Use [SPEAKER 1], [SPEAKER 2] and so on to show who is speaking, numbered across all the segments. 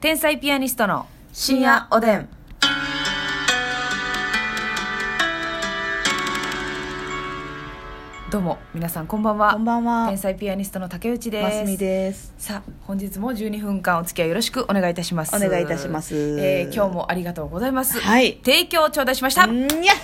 [SPEAKER 1] 天才ピアニストの
[SPEAKER 2] 深夜おでん。
[SPEAKER 1] どうも皆さんこんばんは
[SPEAKER 2] こんばんは
[SPEAKER 1] 天。才ピアニストの竹内で
[SPEAKER 2] ますすみです。
[SPEAKER 1] さあ本日も12分間お付き合いよろしくお願いいたします
[SPEAKER 2] お願いいたします
[SPEAKER 1] えー今日もありがとうございます、
[SPEAKER 2] はい
[SPEAKER 1] 提供を頂戴しました
[SPEAKER 2] んにゃ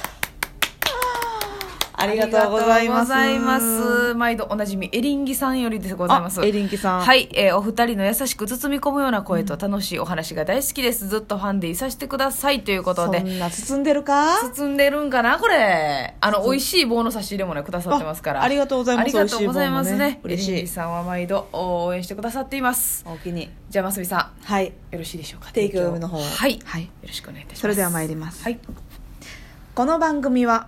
[SPEAKER 2] ありがとうございます。
[SPEAKER 1] ありがとうございます毎度おなじみエリンギさんよりでございます
[SPEAKER 2] あエリンギさん
[SPEAKER 1] はい、えーお二人の優しく包み込むような声と楽しいお話が大好きです、ずっとファンでいさせてくださいということ
[SPEAKER 2] そ
[SPEAKER 1] で
[SPEAKER 2] んな包んでるか
[SPEAKER 1] 包んでるんかなこれあの美味しい棒の差し入れもねくださってますから
[SPEAKER 2] あありがとうございます
[SPEAKER 1] ありがとうございますね
[SPEAKER 2] 美味しい棒もね嬉しい
[SPEAKER 1] エリンギさんは毎度応援してくださっています
[SPEAKER 2] おおきに。
[SPEAKER 1] じゃあますみさ
[SPEAKER 2] はい。
[SPEAKER 1] んよろしいでしょうか
[SPEAKER 2] 提供の方を
[SPEAKER 1] はい、
[SPEAKER 2] はい
[SPEAKER 1] よろしくお願いいたします
[SPEAKER 2] それでは参ります
[SPEAKER 1] はい
[SPEAKER 2] この番組は、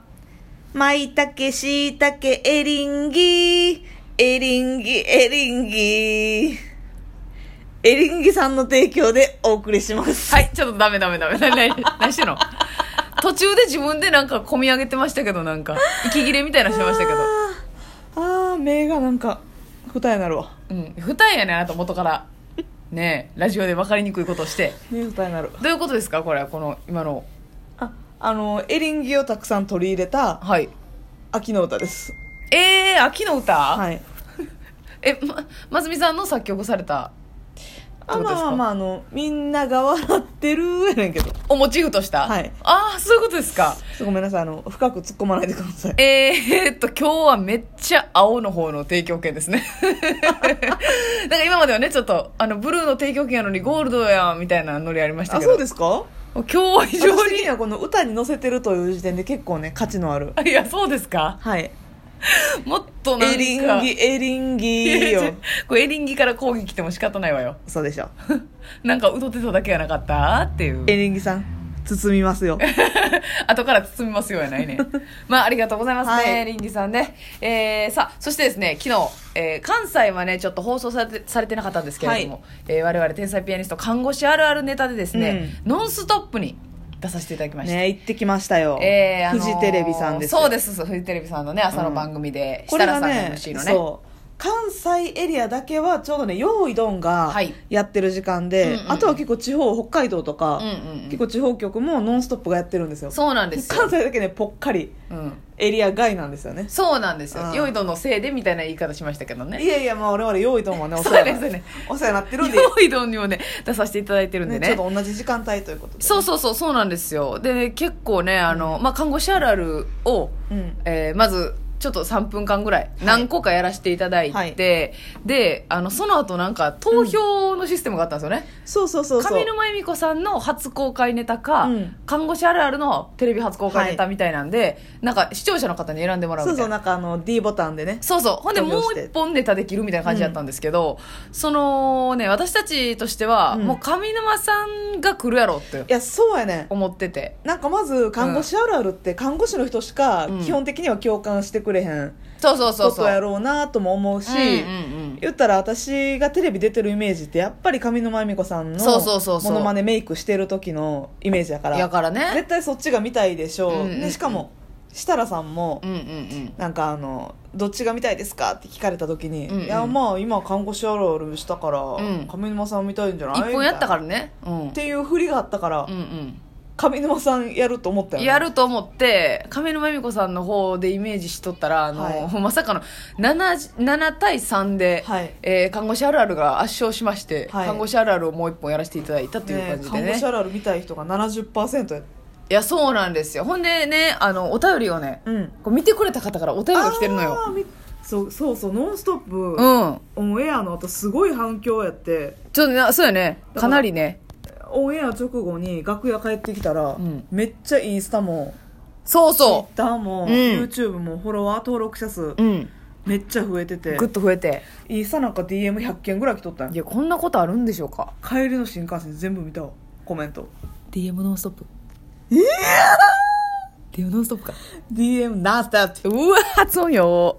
[SPEAKER 2] 舞茸、椎茸、エリンギ、エリンギ、エリンギ、エリンギさんの提供でお送りします。
[SPEAKER 1] はい、ちょっとダメダメダメ。何、 何、何してんの途中で自分でなんか込み上げてましたけど、なんか、息切れみたいなしてましたけど。
[SPEAKER 2] あーあー、目がなんか、答えになるわ。
[SPEAKER 1] うん、負担やね、あなた元 から。ねえ、ラジオで分かりにくいことをして。
[SPEAKER 2] 目答えになる。
[SPEAKER 1] どういうことですかこれ、この、今の。
[SPEAKER 2] あ、あの、エリンギをたくさん取り入れた
[SPEAKER 1] はい。
[SPEAKER 2] 秋の歌です。
[SPEAKER 1] えー、秋の歌、
[SPEAKER 2] はい。
[SPEAKER 1] え、ま、ますみさんの作曲された、
[SPEAKER 2] あ、
[SPEAKER 1] どうです
[SPEAKER 2] ま
[SPEAKER 1] か
[SPEAKER 2] あまあまあ、あの、みんなが笑ってるやねんけど。
[SPEAKER 1] をモチーフとした
[SPEAKER 2] はい
[SPEAKER 1] ああ、そういうことですか。
[SPEAKER 2] ごめんなさい、あの、深く突っ込まないでください。
[SPEAKER 1] えー、っと、今日はめっちゃ青の方の提供権です ね。なんか今まではね、ちょっと、あの、ブルーの提供権やのにゴールドや、みたいなノリありました
[SPEAKER 2] あ、
[SPEAKER 1] けど。
[SPEAKER 2] そうですか
[SPEAKER 1] 今日は非
[SPEAKER 2] 非
[SPEAKER 1] 常
[SPEAKER 2] 常に
[SPEAKER 1] に。
[SPEAKER 2] はこの歌に乗せてるという時点で結構ね、価値のある。
[SPEAKER 1] あいや、そうですか
[SPEAKER 2] はい。
[SPEAKER 1] もっとなん
[SPEAKER 2] エ
[SPEAKER 1] か。
[SPEAKER 2] リンギ、エリン
[SPEAKER 1] いや
[SPEAKER 2] ギ
[SPEAKER 1] いや
[SPEAKER 2] よ
[SPEAKER 1] 違 う。これエリンギから攻撃来ても仕方ないわよ。
[SPEAKER 2] そうでしょ。
[SPEAKER 1] なんか踊ってただけやなかったっていう。
[SPEAKER 2] エリンギさん、包みますよ。
[SPEAKER 1] 後から包みますようやない ね。まあ、ありがとうございますね、
[SPEAKER 2] はい
[SPEAKER 1] リンギさんね。えー、さあ、そしてですね、昨日、えー関西はね、ちょっと放送されてされてなかったんですけれども、
[SPEAKER 2] は
[SPEAKER 1] えー我々天才ピアニスト看護師あるあるネタでですね、ノンストップに出させていただきました。
[SPEAKER 2] ね、行ってきましたよ。
[SPEAKER 1] えーあの
[SPEAKER 2] フ
[SPEAKER 1] ー
[SPEAKER 2] ジテレビさんですよ。
[SPEAKER 1] そうですそうフジテレビさんのね朝の番組で、
[SPEAKER 2] こ
[SPEAKER 1] 設
[SPEAKER 2] れ
[SPEAKER 1] 楽
[SPEAKER 2] が
[SPEAKER 1] さんが
[SPEAKER 2] ね
[SPEAKER 1] MC のね
[SPEAKER 2] そう関西エリアだけはちょうどね用意どんが
[SPEAKER 1] はい
[SPEAKER 2] やってる時間で、
[SPEAKER 1] うんうん
[SPEAKER 2] あとは結構地方北海道とか、
[SPEAKER 1] うんうんうん
[SPEAKER 2] 結構地方局も「ノンストップ!」がやってるんですよ
[SPEAKER 1] そうなんですよ
[SPEAKER 2] 関西だけねぽっかり
[SPEAKER 1] うん、
[SPEAKER 2] エリア外なんですよね
[SPEAKER 1] そうなんです
[SPEAKER 2] う
[SPEAKER 1] よ。
[SPEAKER 2] ん
[SPEAKER 1] ヨイドのせいでみたいな言い方しましたけど
[SPEAKER 2] い
[SPEAKER 1] ね。
[SPEAKER 2] やいやまあ我々用意どんはねお世
[SPEAKER 1] そう
[SPEAKER 2] 話
[SPEAKER 1] で
[SPEAKER 2] に
[SPEAKER 1] す
[SPEAKER 2] な
[SPEAKER 1] ね。
[SPEAKER 2] お世話になってるんで、
[SPEAKER 1] ヨイドにもね、出させていただいてるんで
[SPEAKER 2] ね
[SPEAKER 1] ね。
[SPEAKER 2] ちょっと同じ時間帯ということで
[SPEAKER 1] そうそうそう、そうなんですよ。で、ね、結構ね、あの、まあ、看護師あるあるを、
[SPEAKER 2] うん
[SPEAKER 1] えーまず、ちょっと3分間ぐらい、何個かやらせていただいて、
[SPEAKER 2] はい
[SPEAKER 1] で、あの、その後なんか、投票のシステムがあったんですよね。
[SPEAKER 2] そうそうそうそう
[SPEAKER 1] 上沼恵美子さんの初公開ネタか、
[SPEAKER 2] うん
[SPEAKER 1] 看護師あるあるのテレビ初公開ネタみたいなんで、なんか視聴者の方に選んでもらう
[SPEAKER 2] そ
[SPEAKER 1] み
[SPEAKER 2] う
[SPEAKER 1] たい
[SPEAKER 2] そ
[SPEAKER 1] な
[SPEAKER 2] うなんかあの D ボタンでね
[SPEAKER 1] そうそう。ほんで、
[SPEAKER 2] 投
[SPEAKER 1] もう
[SPEAKER 2] 票して
[SPEAKER 1] 一本ネタできるみたいな感じだったんですけど、そのね、私たちとしては、
[SPEAKER 2] うん
[SPEAKER 1] もう上沼さんが来るやろって
[SPEAKER 2] いやそうやねん
[SPEAKER 1] 思ってて。
[SPEAKER 2] なんかまず看護師あるあるって看護師の人しか
[SPEAKER 1] うん
[SPEAKER 2] 基本的には共感してくれへん
[SPEAKER 1] そうそうそ
[SPEAKER 2] こ
[SPEAKER 1] うそ
[SPEAKER 2] とや
[SPEAKER 1] う。
[SPEAKER 2] ろうなとも思うし、
[SPEAKER 1] うんうん
[SPEAKER 2] 言ったら私がテレビ出てるイメージってやっぱり上沼恵美子さんの
[SPEAKER 1] そうそうそうそう
[SPEAKER 2] モノマネメイクしてる時のイメージやか
[SPEAKER 1] うん。
[SPEAKER 2] ら
[SPEAKER 1] やからね。
[SPEAKER 2] 絶対そっちが見たいでしょう、
[SPEAKER 1] うんうん
[SPEAKER 2] でしかも設楽さんも
[SPEAKER 1] うんうんうん。
[SPEAKER 2] なんかあのどっちが見たいですかって聞かれた時に、
[SPEAKER 1] うんうん
[SPEAKER 2] いやまあ今看護師あるあるしたから、
[SPEAKER 1] ん
[SPEAKER 2] 上沼さん見たいんじゃない
[SPEAKER 1] 一本やったから
[SPEAKER 2] み
[SPEAKER 1] ね。うん。
[SPEAKER 2] たいなっていう振りがあったから、
[SPEAKER 1] うん
[SPEAKER 2] 上沼さんやると思った
[SPEAKER 1] うん。
[SPEAKER 2] よ、ね、
[SPEAKER 1] やると思って、亀沼恵美子さんの方でイメージしとったら、あの、
[SPEAKER 2] は
[SPEAKER 1] まさかの 7, 7対3で、
[SPEAKER 2] はい
[SPEAKER 1] えー看護師あるあるが圧勝しまして、
[SPEAKER 2] はい
[SPEAKER 1] 看護師あるあるをもう一本やらせていただいたという感じで
[SPEAKER 2] ね
[SPEAKER 1] ね。
[SPEAKER 2] 看護師あるある見たい人が70%や
[SPEAKER 1] いや、そうなんですよ。ほんでね、あの、お便りをね、
[SPEAKER 2] うん
[SPEAKER 1] こう見てくれた方からお便りが来てるのよ。
[SPEAKER 2] あーみそうそうそう「ノンストップ!」
[SPEAKER 1] うん。
[SPEAKER 2] オンエアの後すごい反響やって
[SPEAKER 1] ちょっとな、そうやね。
[SPEAKER 2] だから
[SPEAKER 1] かなりね。
[SPEAKER 2] オンエア直後に楽屋帰ってきたら、
[SPEAKER 1] ん
[SPEAKER 2] めっちゃインスタも
[SPEAKER 1] そうそ
[SPEAKER 2] Twitter
[SPEAKER 1] う
[SPEAKER 2] も、
[SPEAKER 1] ん
[SPEAKER 2] YouTube もフォロワー登録者数
[SPEAKER 1] う。うん。
[SPEAKER 2] めっちゃ増えてて
[SPEAKER 1] ぐっと増えて。
[SPEAKER 2] インスタなんか DM100 件ぐらい来とったん
[SPEAKER 1] い
[SPEAKER 2] や
[SPEAKER 1] や、こんなことあるんでしょうか
[SPEAKER 2] 帰りの新幹線全部見たわコメント
[SPEAKER 1] ?DM ノンストップ。えぇ !DM ノンストップか。
[SPEAKER 2] DM ナースだって
[SPEAKER 1] うわ、発音よ。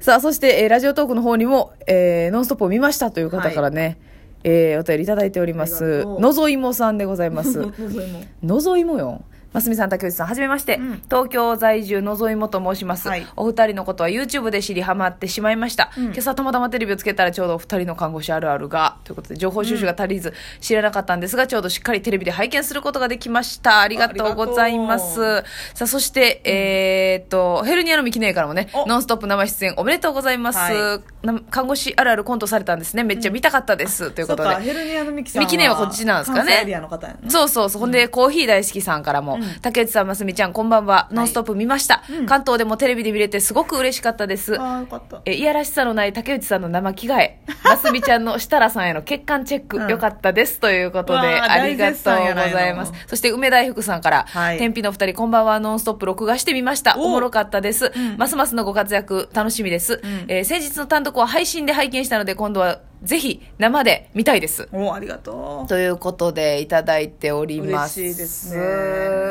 [SPEAKER 1] さあ、そして、えーラジオトークの方にも、えーノンストップを見ましたという方からね、えーお便りいただいておりま
[SPEAKER 2] あり
[SPEAKER 1] す。
[SPEAKER 2] がとう
[SPEAKER 1] のぞいもさんでございます。
[SPEAKER 2] のぞいも
[SPEAKER 1] のぞいもよんますみさん、竹内さん、はじめまして。
[SPEAKER 2] うん
[SPEAKER 1] 東京在住、のぞいもと申します、
[SPEAKER 2] はい
[SPEAKER 1] お二人のことは YouTube で知りハマってしまいました。
[SPEAKER 2] うん
[SPEAKER 1] 今朝たまたまテレビをつけたらちょうどお二人の看護師あるあるが、ということで情報収集が足りず知らなかったんですが、ちょうどしっかりテレビで拝見することができました。ありがとうございます。
[SPEAKER 2] あ
[SPEAKER 1] さあ、そして、えーっと、ヘルニアのミキネからもね
[SPEAKER 2] お、
[SPEAKER 1] ノンストップ生出演おめでとうございます、
[SPEAKER 2] は
[SPEAKER 1] な看護師あるあるコントされたんですね。めっちゃ見たかったです。という
[SPEAKER 2] そ
[SPEAKER 1] こ
[SPEAKER 2] っ
[SPEAKER 1] と
[SPEAKER 2] か
[SPEAKER 1] で。
[SPEAKER 2] ヘルニアのミキさん
[SPEAKER 1] ミキ姉はこっちなんですかね
[SPEAKER 2] 関西エリアの方やね
[SPEAKER 1] そうそうそう。ほんで、コーヒー大好きさんからも、竹内さん、ますみちゃん、こんばんは。ノンストップ見ました。関東でもテレビで見れてすごく嬉しかったです。
[SPEAKER 2] ああよかった
[SPEAKER 1] えいやらしさのない竹内さんの生着替え、 ますみちゃんの設楽さんへの血管チェック、
[SPEAKER 2] うん
[SPEAKER 1] よかったですということで、
[SPEAKER 2] うわー
[SPEAKER 1] ありがとうご
[SPEAKER 2] 大絶
[SPEAKER 1] ざい
[SPEAKER 2] 賛や
[SPEAKER 1] ま
[SPEAKER 2] ない
[SPEAKER 1] す
[SPEAKER 2] の。
[SPEAKER 1] そして梅大福さんから、
[SPEAKER 2] はい
[SPEAKER 1] 天日の二人、こんばんは、ノンストップ録画してみました。
[SPEAKER 2] お
[SPEAKER 1] おもろかったです、
[SPEAKER 2] ん
[SPEAKER 1] ますますのご活躍、楽しみです、
[SPEAKER 2] ん
[SPEAKER 1] えー先日の単独は配信で拝見したので、今度はぜひ生で見たいです。
[SPEAKER 2] おおありがとう
[SPEAKER 1] ということでいただいております
[SPEAKER 2] 嬉しいですね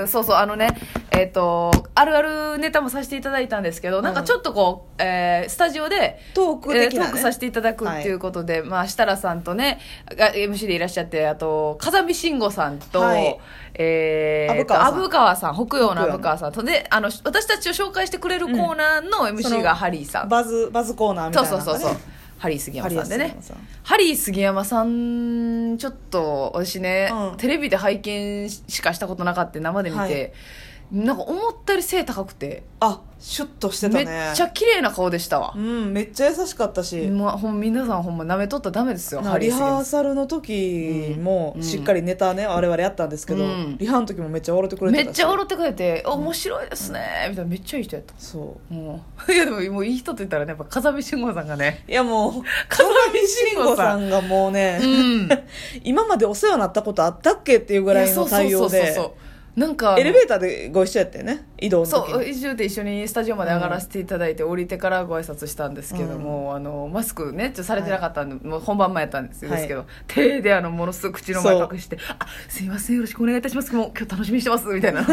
[SPEAKER 1] そうそうあのねえっ、とあるあるネタもさせていただいたんですけど、なんかちょっとこう、えースタジオで
[SPEAKER 2] トーク的なね
[SPEAKER 1] えトークさせていただくっていうことで、まあ設楽さんとねが MC でいらっしゃってあと風見慎吾さんと、
[SPEAKER 2] はい
[SPEAKER 1] えー
[SPEAKER 2] 虻川さん
[SPEAKER 1] 虻川さん北洋の
[SPEAKER 2] 北洋の
[SPEAKER 1] 虻川さんとであの私たちを紹介してくれるコーナーの
[SPEAKER 2] その
[SPEAKER 1] MC がハリーさん、
[SPEAKER 2] バズバズコーナーみた
[SPEAKER 1] そ
[SPEAKER 2] いうな
[SPEAKER 1] そうそうそう
[SPEAKER 2] なんかね
[SPEAKER 1] ハリー杉山さんで
[SPEAKER 2] ハリ
[SPEAKER 1] ね
[SPEAKER 2] ー杉山さ
[SPEAKER 1] ハ
[SPEAKER 2] ん
[SPEAKER 1] リー杉山さんちょっと私ね、
[SPEAKER 2] うん
[SPEAKER 1] テレビで拝見しかしたことなかった生で見て、
[SPEAKER 2] はい
[SPEAKER 1] なんか思ったより背高くて、
[SPEAKER 2] あシュッとしてた
[SPEAKER 1] め
[SPEAKER 2] ね
[SPEAKER 1] っちゃ綺麗な顔でしたわ
[SPEAKER 2] う、んめっちゃ優しかったし
[SPEAKER 1] まあ、ほん皆さんほんま舐めとったらダメですよ
[SPEAKER 2] なんか
[SPEAKER 1] ハリー
[SPEAKER 2] リ
[SPEAKER 1] 杉
[SPEAKER 2] ハ
[SPEAKER 1] 山
[SPEAKER 2] ー
[SPEAKER 1] さ
[SPEAKER 2] サルの時も
[SPEAKER 1] うん
[SPEAKER 2] しっかりネタね、我々やったんですけど、
[SPEAKER 1] うん
[SPEAKER 2] リハの時もめっちゃ笑ってく
[SPEAKER 1] ん
[SPEAKER 2] れて
[SPEAKER 1] め
[SPEAKER 2] たし
[SPEAKER 1] っちゃ笑ってくれて「面白いですね」みたいなめっちゃいい人やった
[SPEAKER 2] そ
[SPEAKER 1] もう いやでももういい人って言ったらねやっぱ風見慎吾さんがね
[SPEAKER 2] ういやもう
[SPEAKER 1] 風見
[SPEAKER 2] 慎吾さんがもうね、
[SPEAKER 1] うん
[SPEAKER 2] 今までお世話になったことあったっけっていうぐらいの対応
[SPEAKER 1] いやそうそうそう
[SPEAKER 2] で
[SPEAKER 1] そうそうなんか
[SPEAKER 2] エレベーターでご一緒やったよね移動の時
[SPEAKER 1] そう
[SPEAKER 2] に
[SPEAKER 1] 移住で一緒にスタジオまで上がらせていただいて、降りてからご挨拶したんですけども、あのマスクねちょっとされてなかったんで、もう本番前やったんです,、
[SPEAKER 2] はい
[SPEAKER 1] ですけど手であのものすごい口の前隠して「あすいませんよろしくお願いいたしますもう今日楽しみにしてます」みたいな も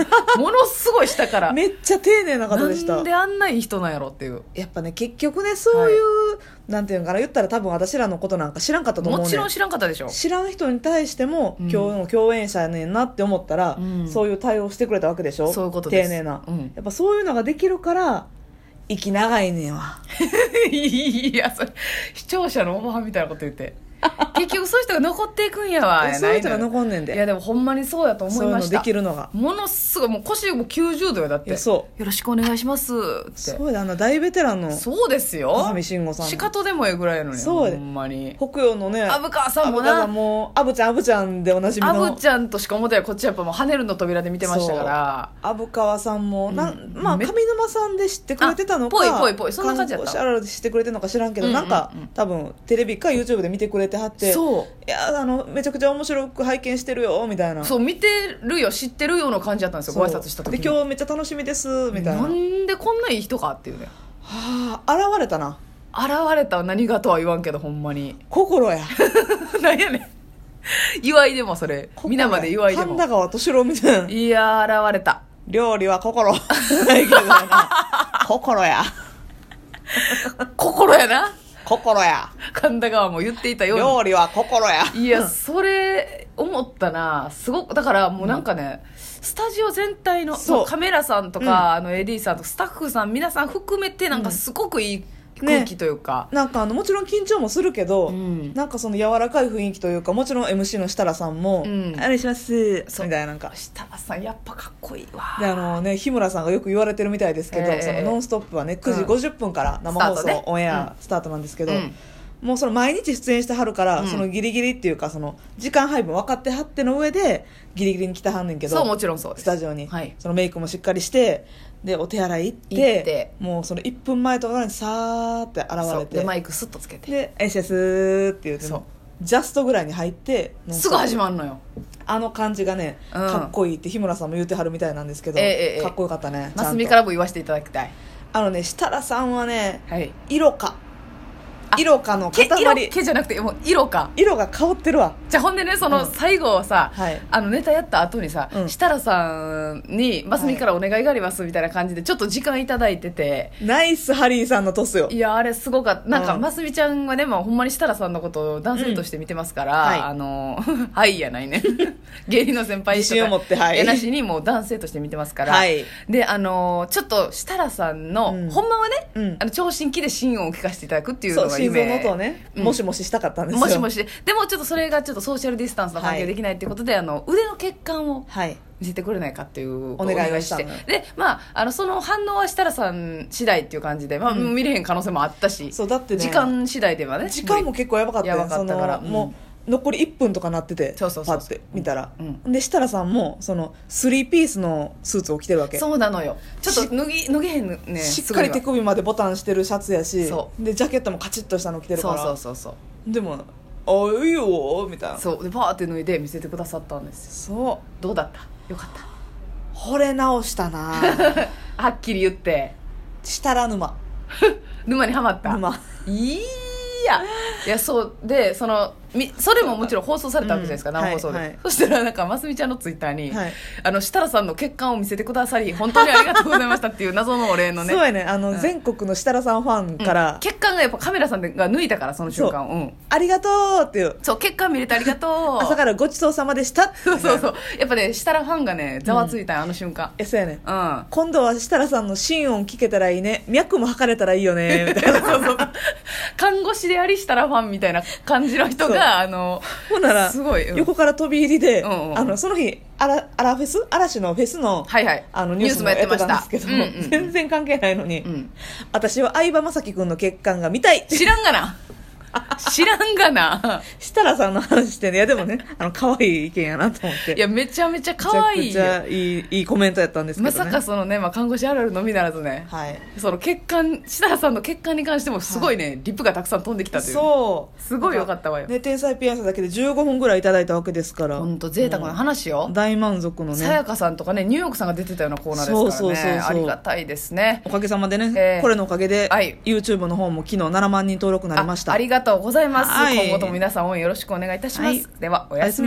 [SPEAKER 1] のすごい下から
[SPEAKER 2] めっちゃ丁寧な方でし
[SPEAKER 1] な
[SPEAKER 2] た
[SPEAKER 1] んであんないい人なんやろっていう。
[SPEAKER 2] やっぱね結局ねそういう、なんていうのかな言ったら多分私らのことなんか知らんかったと思うね
[SPEAKER 1] もちろん知らんかったでしょ
[SPEAKER 2] 知らん人に対しても、
[SPEAKER 1] うん
[SPEAKER 2] 今日の共演者やねんなって思ったら、
[SPEAKER 1] うん
[SPEAKER 2] そういう対応してくれたわけでしょ
[SPEAKER 1] そういうことです
[SPEAKER 2] 丁寧な、
[SPEAKER 1] うん
[SPEAKER 2] やっぱそういうのができるから息長いねんわ
[SPEAKER 1] いやそれ視聴者のおばはんみたいなこと言って結局そういう人が残っていくんやわや
[SPEAKER 2] そうい
[SPEAKER 1] な
[SPEAKER 2] う人が
[SPEAKER 1] のよ
[SPEAKER 2] 残んねん
[SPEAKER 1] いや
[SPEAKER 2] で
[SPEAKER 1] でもほんまにそうやと思
[SPEAKER 2] そ
[SPEAKER 1] いう
[SPEAKER 2] いう
[SPEAKER 1] ま
[SPEAKER 2] の
[SPEAKER 1] し
[SPEAKER 2] で
[SPEAKER 1] た
[SPEAKER 2] きるのが
[SPEAKER 1] ものすごいもう腰も90度よだっ
[SPEAKER 2] い
[SPEAKER 1] て
[SPEAKER 2] やそ
[SPEAKER 1] よろしくお願いしますって
[SPEAKER 2] うそうだあの大ベテランの
[SPEAKER 1] そうですよ
[SPEAKER 2] 高見慎吾さん
[SPEAKER 1] しかとでもええぐらいやのに
[SPEAKER 2] そう
[SPEAKER 1] ほんまに
[SPEAKER 2] 北洋のね
[SPEAKER 1] 虻川さんも
[SPEAKER 2] 虻川
[SPEAKER 1] な
[SPEAKER 2] さんもアブちゃんアブちゃんでおなじみ
[SPEAKER 1] ア
[SPEAKER 2] の
[SPEAKER 1] ブちゃんとしか思ってないこっちはやっぱもう跳ねるの扉で見てましたから
[SPEAKER 2] 虻川さんも、な
[SPEAKER 1] うん
[SPEAKER 2] まあ、
[SPEAKER 1] め
[SPEAKER 2] 上沼さんで知ってくれてたのか
[SPEAKER 1] あぽいぽいぽいそんな感じやった
[SPEAKER 2] 看護師あららで知ってくれてるのか知らんけど、
[SPEAKER 1] うんうんう
[SPEAKER 2] なんんか多分テレビか YouTube で見てくれてはって
[SPEAKER 1] そ
[SPEAKER 2] いやあのめちゃくちゃ面白く拝見してるよみたいな
[SPEAKER 1] うそう見てるよ知ってるような感じやったんですよ
[SPEAKER 2] そ
[SPEAKER 1] ご
[SPEAKER 2] う
[SPEAKER 1] 挨拶した時
[SPEAKER 2] で今日めっちゃ楽しみですみたいな
[SPEAKER 1] なんでこんないい人かっていうね
[SPEAKER 2] はあ現れたな
[SPEAKER 1] 現れた何がとは言わんけどほんまに
[SPEAKER 2] 心や
[SPEAKER 1] なんやねん祝いでもそれ
[SPEAKER 2] 心や
[SPEAKER 1] 皆まで祝いで
[SPEAKER 2] 神
[SPEAKER 1] も
[SPEAKER 2] 田川敏郎みたいない
[SPEAKER 1] やー現れた
[SPEAKER 2] 料理は心ないけどな心や
[SPEAKER 1] 心やな
[SPEAKER 2] 心や
[SPEAKER 1] 神田川も言っていたように
[SPEAKER 2] 料理は心や
[SPEAKER 1] いや、それ、思ったな。すごく、だからもうなんかね、スタジオ全体の、
[SPEAKER 2] そう
[SPEAKER 1] そうカメラさんとか、あの、AD さんとか、スタッフさん、皆さん含めて、なんかすごくいい空気というか。
[SPEAKER 2] なんかあのもちろん緊張もするけど、
[SPEAKER 1] うん
[SPEAKER 2] なんかその柔らかい雰囲気というかもちろん MC の設楽さんも「
[SPEAKER 1] うん
[SPEAKER 2] あれします」み
[SPEAKER 1] そう
[SPEAKER 2] たいななんか
[SPEAKER 1] 設楽さん、やっぱかっこいいわ。
[SPEAKER 2] であのね日村さんがよく言われてるみたいですけど「
[SPEAKER 1] ええ
[SPEAKER 2] そのノンストップ!」はね9時
[SPEAKER 1] うん
[SPEAKER 2] 50分から生放
[SPEAKER 1] ス
[SPEAKER 2] 送、
[SPEAKER 1] タートね
[SPEAKER 2] オンエアスタートなんですけど、
[SPEAKER 1] うん
[SPEAKER 2] もうその毎日出演してはるから、
[SPEAKER 1] うん
[SPEAKER 2] そのギリギリっていうかその時間配分分かってはっての上でギリギリに来てはんねんけど
[SPEAKER 1] そう、もちろんそうで
[SPEAKER 2] ス
[SPEAKER 1] す。
[SPEAKER 2] タジオに、
[SPEAKER 1] はい
[SPEAKER 2] そのメイクもしっかりしてでお手洗い行って
[SPEAKER 1] 行って
[SPEAKER 2] もうその1分前とかにさーって現
[SPEAKER 1] そう
[SPEAKER 2] れて
[SPEAKER 1] で、マイクスッとつけて。
[SPEAKER 2] で「エシャス」って言って
[SPEAKER 1] そう
[SPEAKER 2] ジャストぐらいに入って
[SPEAKER 1] すぐ始
[SPEAKER 2] ま
[SPEAKER 1] まるのよ。
[SPEAKER 2] あの感じがね、
[SPEAKER 1] ん
[SPEAKER 2] かっこいいって日村さんも言ってはるみたいなんですけど、
[SPEAKER 1] ええええ
[SPEAKER 2] かっこよかったね
[SPEAKER 1] マスミ
[SPEAKER 2] ちゃんと
[SPEAKER 1] からも言わせていただきたい。
[SPEAKER 2] あのね設楽さんはね
[SPEAKER 1] はい。
[SPEAKER 2] 色か
[SPEAKER 1] あ
[SPEAKER 2] イロカの
[SPEAKER 1] け
[SPEAKER 2] 塊
[SPEAKER 1] 色毛じゃなくてもう色か
[SPEAKER 2] 色が香ってるわ
[SPEAKER 1] じゃあほんでねその
[SPEAKER 2] うん
[SPEAKER 1] 最後さ、
[SPEAKER 2] はい
[SPEAKER 1] あのネタやった後にさ、
[SPEAKER 2] うん
[SPEAKER 1] 設楽さんに「ますみからお願いがあります」みたいな感じでちょっと時間いただいてて。
[SPEAKER 2] ナイスハリーさんのトスよ
[SPEAKER 1] いやあれすごかったなんか、
[SPEAKER 2] うん
[SPEAKER 1] ますみちゃんはね、まあ、ほんまに設楽さんのことを男性として見てますから、
[SPEAKER 2] はい
[SPEAKER 1] あの はいやない ね芸人の先輩
[SPEAKER 2] 自信を持ってはい
[SPEAKER 1] やなしにもう男性として見てますから、
[SPEAKER 2] はい
[SPEAKER 1] であのちょっと設楽さんの、
[SPEAKER 2] うん
[SPEAKER 1] ほんまはね、
[SPEAKER 2] うん
[SPEAKER 1] あの聴診器で心音を聞かせていただくっていう
[SPEAKER 2] そ
[SPEAKER 1] の
[SPEAKER 2] う
[SPEAKER 1] が
[SPEAKER 2] 心
[SPEAKER 1] 夢
[SPEAKER 2] 臓の音をね、
[SPEAKER 1] うん
[SPEAKER 2] もしもししたかったんですよ
[SPEAKER 1] もしもしでもちょっとそれがちょっとソーシャルディスタンスの関係できないっていうことで、あの腕の血管を
[SPEAKER 2] はい
[SPEAKER 1] 見せてくれないかっていう
[SPEAKER 2] お願いを
[SPEAKER 1] し
[SPEAKER 2] してたのよ
[SPEAKER 1] でまああのその反応は設楽さん次第っていう感じで、まあ
[SPEAKER 2] うん
[SPEAKER 1] 見れへん可能性もあったし
[SPEAKER 2] そうだってね
[SPEAKER 1] 時間次第ではね
[SPEAKER 2] 時間も結構やばかったよ
[SPEAKER 1] やばかったから
[SPEAKER 2] その
[SPEAKER 1] うん
[SPEAKER 2] もう残り1分とかなってて
[SPEAKER 1] そうそうそう
[SPEAKER 2] パッて見たら、
[SPEAKER 1] うん
[SPEAKER 2] で設楽さんもその3ピースのスーツを着てるわけ
[SPEAKER 1] そうなのよちょっと脱ぎ脱げへんね
[SPEAKER 2] しっかり手
[SPEAKER 1] すぐには
[SPEAKER 2] 首までボタンしてるシャツやし
[SPEAKER 1] そ
[SPEAKER 2] でジャケットもカチッとしたの着てるか
[SPEAKER 1] そう
[SPEAKER 2] ら
[SPEAKER 1] そうそうそう
[SPEAKER 2] でも「あいいよ」みたいな
[SPEAKER 1] そうでパーって脱いで見せてくださったんですよ
[SPEAKER 2] そ
[SPEAKER 1] どうだったよかっ
[SPEAKER 2] う惚れ直したな
[SPEAKER 1] たはっきり言って
[SPEAKER 2] 設楽沼
[SPEAKER 1] 沼にはまった
[SPEAKER 2] 沼
[SPEAKER 1] いやいやそうでそのみそれももちろん放送されたわけじゃないですか、
[SPEAKER 2] うん
[SPEAKER 1] 生放送で、
[SPEAKER 2] はいはい
[SPEAKER 1] そしたらなんかますみちゃんのツイッターに、
[SPEAKER 2] はい
[SPEAKER 1] あの設楽さんの血管を見せてくださり本当にありがとうございましたっていう謎のお礼 のね
[SPEAKER 2] そうやねあの、
[SPEAKER 1] うん
[SPEAKER 2] 全国の設楽さんファン
[SPEAKER 1] うん
[SPEAKER 2] から、
[SPEAKER 1] 血管がやっぱカメラさんが抜いたからその瞬間をうん
[SPEAKER 2] ありがとうっていう
[SPEAKER 1] そう血管見れてありがとう
[SPEAKER 2] 朝からごちそうさまでした
[SPEAKER 1] そうそう
[SPEAKER 2] う
[SPEAKER 1] そうやっぱね設楽ファンがねざわついたよ、あの瞬間
[SPEAKER 2] えそうやね
[SPEAKER 1] うん
[SPEAKER 2] 今度は設楽さんの心音聞けたらいいね脈も測れたらいい よねみたいな
[SPEAKER 1] 看護師であり設楽ファンみたいな感じの人
[SPEAKER 2] そう
[SPEAKER 1] があの
[SPEAKER 2] ほんなら
[SPEAKER 1] すごい、うん
[SPEAKER 2] 横から飛び入りで、
[SPEAKER 1] うんうん
[SPEAKER 2] あのその日あらあらフェス嵐のフェスの,、
[SPEAKER 1] はいはい
[SPEAKER 2] あのニュースもやってたんですけど、
[SPEAKER 1] ニュースもやってましたうんうん
[SPEAKER 2] 全然関係ないのに、
[SPEAKER 1] うん
[SPEAKER 2] 私は相葉雅紀君の血管が見たい
[SPEAKER 1] 知らんがな知らんが な
[SPEAKER 2] 設楽さんの話してねいやでもね あの可愛い意見やなと思って
[SPEAKER 1] いやめちゃめちゃ可愛い
[SPEAKER 2] め
[SPEAKER 1] よ
[SPEAKER 2] ちゃくちゃいいいいコメントやったんですけど、
[SPEAKER 1] ま
[SPEAKER 2] ね、
[SPEAKER 1] さかそのね、まあ、看護師あるあるのみならずね
[SPEAKER 2] はい
[SPEAKER 1] その血管設楽さんの血管に関してもすごいね、リップがたくさん飛んできたという
[SPEAKER 2] そう
[SPEAKER 1] すごい良かったわよ
[SPEAKER 2] ね、天才ピアニストだけで15分ぐらいいただいたわけですから
[SPEAKER 1] 本当贅沢な話よ、
[SPEAKER 2] うん大満足の
[SPEAKER 1] さや
[SPEAKER 2] ね
[SPEAKER 1] かさんとかねニューヨークさんが出てたようなコーナーですからね
[SPEAKER 2] そうそうそうそう
[SPEAKER 1] ありがたいですね
[SPEAKER 2] おかげさまでね、
[SPEAKER 1] ええ
[SPEAKER 2] これのおかげで、
[SPEAKER 1] はい
[SPEAKER 2] YouTube の方も昨日7万人登録になりました
[SPEAKER 1] あありがとうございます、
[SPEAKER 2] はい
[SPEAKER 1] 今後とも皆さん応援よろしくお願いいたします、
[SPEAKER 2] はい
[SPEAKER 1] ではおやすみなさい